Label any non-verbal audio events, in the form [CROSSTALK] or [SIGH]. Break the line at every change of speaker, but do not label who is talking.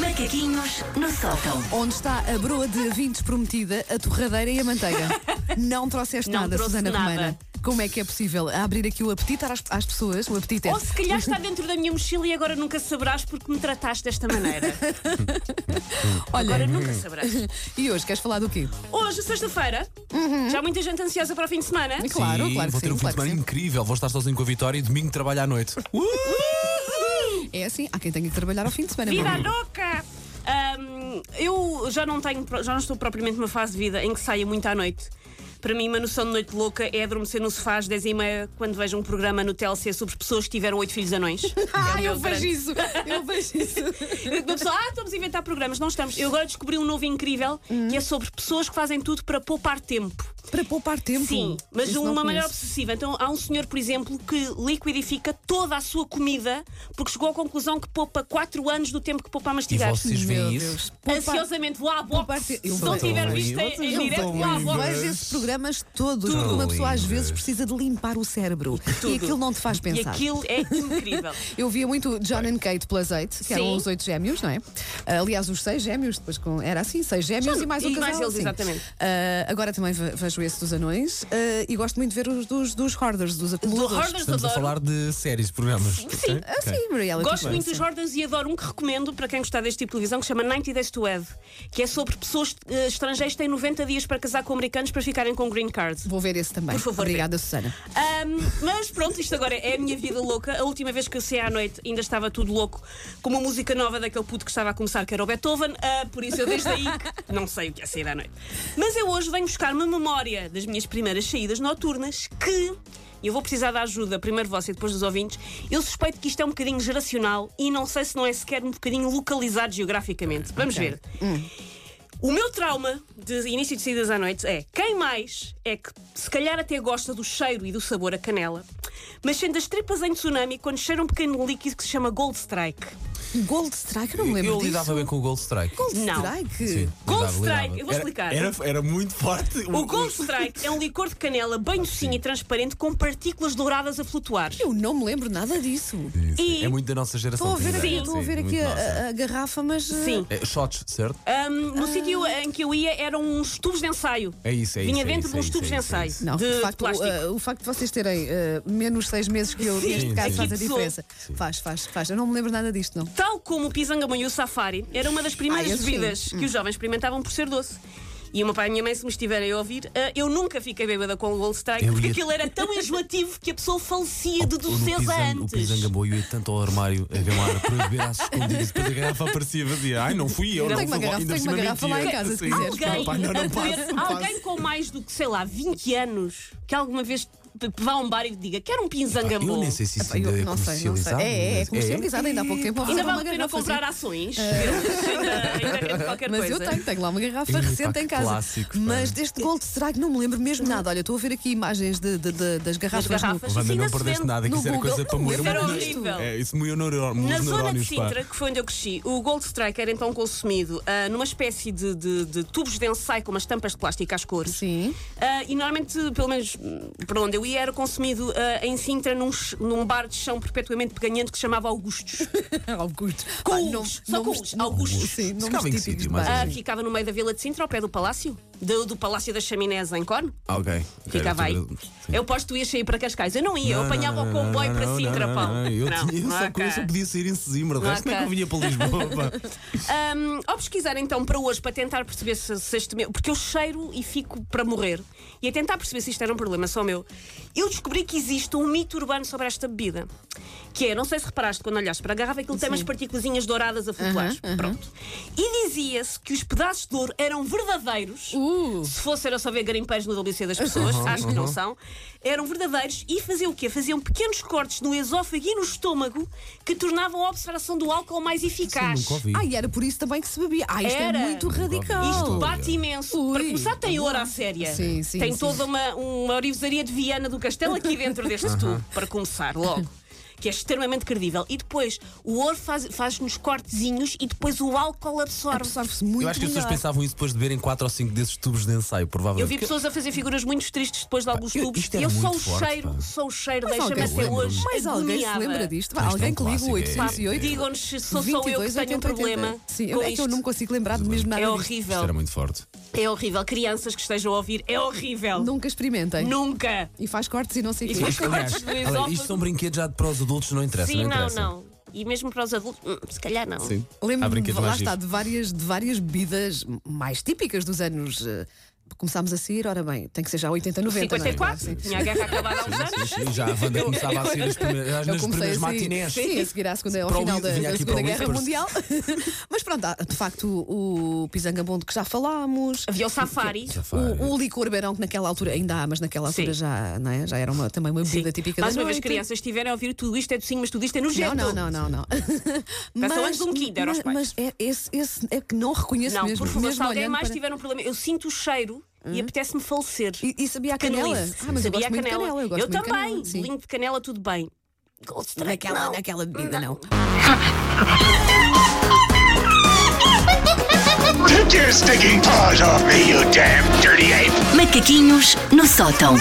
Macaquinhos no sótão.
Onde está a broa de vintes prometida, a torradeira e a manteiga? Não trouxeste
Não
nada,
trouxe
Susana
nada.
Romana. Como é que é possível A abrir aqui o apetite às, às pessoas? O apetite é.
Ou se calhar está dentro da minha mochila e agora nunca saberás porque me trataste desta maneira.
Olha,
Agora nunca saberás.
e hoje queres falar do quê?
Hoje, sexta-feira,
Uhum.
já há muita gente ansiosa para o fim de semana.
Claro,
sim,
claro que
vou ter
sim,
um fim
claro
de
que
semana
sim.
incrível. Vou estar sozinho com a Vitória e domingo trabalho
[LAUGHS]
à noite.
É assim, há quem tenha que trabalhar ao fim de semana.
Vida
não é?
louca! Ahm, eu já não tenho, já não estou propriamente numa fase de vida em que saia muito à noite. Para mim, uma noção de noite louca é adormecer no sofá às 10h30 quando vejo um programa no TLC sobre pessoas que tiveram oito filhos
[LAUGHS]
anões.
Ah,
É o
eu
meu
vejo
grande-
isso! Eu vejo isso!
Uma pessoa, ah, estamos a inventar programas. Não estamos. Eu agora descobri um novo incrível
Hum.
que é sobre pessoas que fazem tudo para poupar tempo.
Para poupar tempo.
Sim, mas de
Isso não
uma
conheço.
maneira obsessiva. Então há um senhor, por exemplo, que liquidifica toda a sua comida porque chegou à conclusão que poupa 4 anos do tempo que poupa a
E
mastigar.
vocês
Meu
veem
Deus.
isso?
Poupar-
Ansiosamente vou à boxe.
Poupar-te- Eu
Se não
vou-
tiver
Eu
visto em,
vou-
em
Eu
direto, vou à
vejo
boxe.
esses programas todos, porque uma pessoa às vezes precisa de limpar o cérebro e
Tudo.
aquilo não te faz
E
pensar.
aquilo é incrível.
Eu via muito John and Kate pelas eight, que eram
Sim.
os oito gêmeos, não é? Aliás, os seis gêmeos, depois com, era assim, seis gêmeos
John-
e mais um
e
casal.
mais eles,
sim.
exatamente.
Ah, agora também ve- vejo esse dos anões ah, e gosto muito de ver os dos, dos hoarders, dos
Do
acumuladores.
Hordas
Estamos a
adoro.
falar de séries, programas. Sim,
Ah, sim, reality
Gosto
show,
muito
sim.
dos Jordans e adoro um que recomendo para quem gostar deste tipo de televisão que se chama 90 Days to Ed, que é sobre pessoas eh, estrangeiras que têm 90 dias para casar com americanos para ficarem com green card.
Vou ver esse também.
Por favor,
Obrigada, Susana.
Ahm, mas pronto, isto agora é a minha vida louca. A última vez que eu saí à noite ainda estava tudo louco com uma música nova daquele puto que estava a começar, que era o Beethoven. Ah, por isso eu desde aí que não sei o que é sair à noite. Mas eu hoje venho buscar uma memória das minhas primeiras saídas noturnas que. e Eu vou precisar da ajuda, primeiro você e depois dos ouvintes. Eu suspeito que isto é um bocadinho geracional e não sei se não é sequer um bocadinho localizado geograficamente. Vamos ver. O meu trauma de início de saídas à noite é quem mais é que se calhar até gosta do cheiro e do sabor a canela, mas sendo as tripas em tsunami quando cheira um pequeno líquido que se chama Gold Strike.
Gold Strike, eu não me lembro
Eu
disso.
lidava bem com o Gold Strike.
Gold
Não.
Strike?
Sim,
Gold
lidava,
Strike,
lidava.
eu vou
Era-
explicar.
Era, era muito forte.
O Gold Strike é um licor de canela bem docinho e transparente com partículas douradas a flutuar.
Eu não me lembro nada disso.
E-
É muito da nossa geração.
Estou a ver
tem
aqui,
ideia.
estou a, ver
Sim,
aqui ah,
muito
a-
nossa.
a, a garrafa, mas. ah,
Sim.
É, shots, certo?
Ahm, no sítio em que eu ia eram uns tubos de ensaio.
É isso, é isso.
Vinha
é
dentro
isso,
de uns
é
tubos
isso,
de
é isso, é
ensaio.
isso.
Não,
de,
de facto,
plástico.
uh, o facto de vocês terem uh, menos seis meses que eu, neste
Sim,
caso,
sim.
faz a
Aqui
diferença. Faz, faz, faz. Eu não me lembro nada disto, não.
Tal como o pisangamon e o safari, era uma das primeiras
Ah, esse
bebidas que os jovens experimentavam por ser doce. E o meu pai e a minha mãe, se me estiverem a ouvir, ah, eu nunca fiquei bêbada com o Gold Strike,
Eu
porque
ia- Oh,
aquilo era tão enjoativo que a pessoa
é
falecia de
O- o
doces
pisan- O
antes.
pisangamboio ia tanto ao armário a gamar para beber às escondidas, depois a garrafa aparecia vazia. Ai, não fui eu,
Tenho
não
uma
fui
garrafa-
ainda
tenho
por
uma
cima
garrafa lá em
mentia.
casa, se
Sim.
quiseres.
Alguém,
Pá, não,
a
não
beber-
passa, não
alguém
passa.
com mais do que, sei lá, 20 anos, que alguma vez p- p- vá a um bar e diga quero um
Eu
pinzangambou.
nem sei se isso
Eu
ainda é
não sei, não sei.
comercializado.
É, é, é
mas-
comercializado ainda há pouco tempo.
Ainda
ofereceram
vale
uma
a pena
garrafa,
comprar
sim.
ações. [LAUGHS] Eu- ainda é qualquer
Mas eu
coisa.
tenho, tenho lá uma garrafa
Ih, pá,
recente
que
em casa.
clássico, pá.
Mas deste Gold Strike não me lembro mesmo nada. Olha, estou a ver aqui imagens de- de- de- das garrafas. no-
garrafas.
Wanda,
Sim,
não
na
perdeste
Sven-
nada, que
no
isso era
Google.
coisa para
Não,
moer
era
neurónios.
horrível.
É, isso moeu neuró-
Na
os
zona de
neurónios, pá.
Sintra, que foi onde eu cresci, o Gold Strike era então consumido ah, numa espécie de, de- de tubos de ensaio com umas tampas de plástico às cores.
Sim. [LAUGHS]
Ah, e normalmente, pelo menos hum, para onde eu ia, era consumido ah, em Sintra num, ch- num bar de chão perpetuamente peganhante que se chamava
[LAUGHS]
Augustos.
Augusto.
Com
Pá,
os,
nomes-
só com
nomes-
os,
nomes-
Augustos.
Sim, nomes
Ficava em que
típicos
sítio,
de
mais ou
bairro.
Ah,
Sim.
ficava no meio da Vila de Sintra, ao pé do Palácio, do, do Palácio das Chaminés em Corno.
Ah, ok.
Ficava aí.
Sim.
Eu posto que tu ias sair para Cascais. Eu não ia, eu
Não,
apanhava
não,
o
não,
comboio
não,
para
não,
Sintra,
não,
Paulo.
não, Eu, tinha- eu
não
só,
há cá.
eu só podia sair em Sesimbra, de
Não
resto, como é que
cá.
eu vinha para Lisboa?
[LAUGHS]
pá?
Ahm, ao pesquisar então para hoje, para tentar perceber se, se este meu. Porque eu cheiro e fico para morrer. E a tentar perceber se isto era um problema só meu, eu descobri que existe um mito urbano sobre esta bebida. Que é, não sei se reparaste quando olhaste para a garrafa, aquilo tem umas partículas douradas a flutuar.
Aham, aham.
Pronto. E dizia-se que os pedaços de ouro eram verdadeiros.
Uh.
Se fosse era só ver garimpeiros no WC das pessoas, acho que não são. Eram verdadeiros e faziam o quê? Faziam pequenos cortes no esófago e no estômago que tornavam a observação do álcool mais eficaz.
Nunca ouvi.
Ah, e era por isso também que se bebia. Ah, isto
Era.
é muito radical.
Isto bate imenso.
Ui. Tá
Para começar, tem ouro à séria.
Sim, sim,
tem
sim. [LAUGHS]
toda uma, uma orivesaria de Viana do Castelo aqui dentro deste tubo, para começar logo. que é extremamente credível. E depois o ouro faz- faz-nos cortezinhos e depois o álcool absorve.
Absorve-se muito
Eu acho que as pessoas
melhor.
pensavam isso depois de beberem 4 ou 5 desses tubos de ensaio,
Eu
provavelmente.
vi pessoas a fazer figuras muito tristes depois de alguns
eu-
tubos.
isto
E
era
eu só
muito
o
forte,
cheiro,
pá.
só o cheiro
Mas
deixa-me
alguém
até
se
hoje.
lembra-me.
Mas alguém se lembra disto? Vá,
Isto é um
alguém que liga o
clássico, é-
808.
Digam-nos se sou só eu que
22,
tenho um
80.
problema.
Sim,
com
eu, é que eu
isto.
não me consigo lembrar de mesmo nada.
É
disto.
Isto
horrível.
era muito forte.
É horrível. Crianças que estejam a ouvir, é horrível.
Nunca experimentem.
Nunca.
E faz cortes e não sei o
E
quê.
faz
Aliás,
cortes do
olha, isto são
esófago.
brinquedos já de- para os adultos, não interessa.
Sim, não,
interessa.
não. E mesmo para os adultos, hum, se calhar não.
Sim. Há
Lembro-me,
brinquedos
lá
mais
está,
giros.
de várias, de várias bebidas mais típicas dos anos. eh, Começámos a sair, ora bem, tem que ser já 80, 90. Não é?
54, tinha a guerra acabada há uns anos.
Sim, sim, já a Wanda começava a sair
[LAUGHS]
as primeiras, nas primeiras matinés.
assim. Sim, a seguir à segunda, ao
Para o
final
Whi-
da,
vinha
da
aqui para
Segunda
o
Guerra
Whispers.
Mundial. [LAUGHS] Mas pronto, há, de facto o, o pisangabondo que já falámos.
Havia o safari.
O, o licor beirão que naquela altura ainda há, mas naquela altura
Sim.
já, não é? já era uma- também uma
Sim.
bebida típica
Mais
da
uma vez,
noite.
crianças estiverem a ouvir tudo isto é docinho, mas tudo isto é nojento.
Não, não, não, não,
[LAUGHS]
não.
Passam antes de um Kinder aos
mas,
pais.
mas é, esse, esse é que não reconheço
Não,
mesmo.
por favor, se
mesmo
alguém
olhando
mais
para- Hum?
tiver um problema, eu sinto o cheiro e apetece-me falecer.
E, e sabia a canela?
Canelice.
Ah, mas eu
Sabia
gosto muito de
canela.
canela. Eu, gosto
Eu
muito de
também.
canela, sim. é
Bolinho de canela, tudo bem. Gold Strike,
Naquela,
não.
naquela bebida, não.
Take your stinking paws off me, you damn dirty ape!
Macaquinhos no sótão.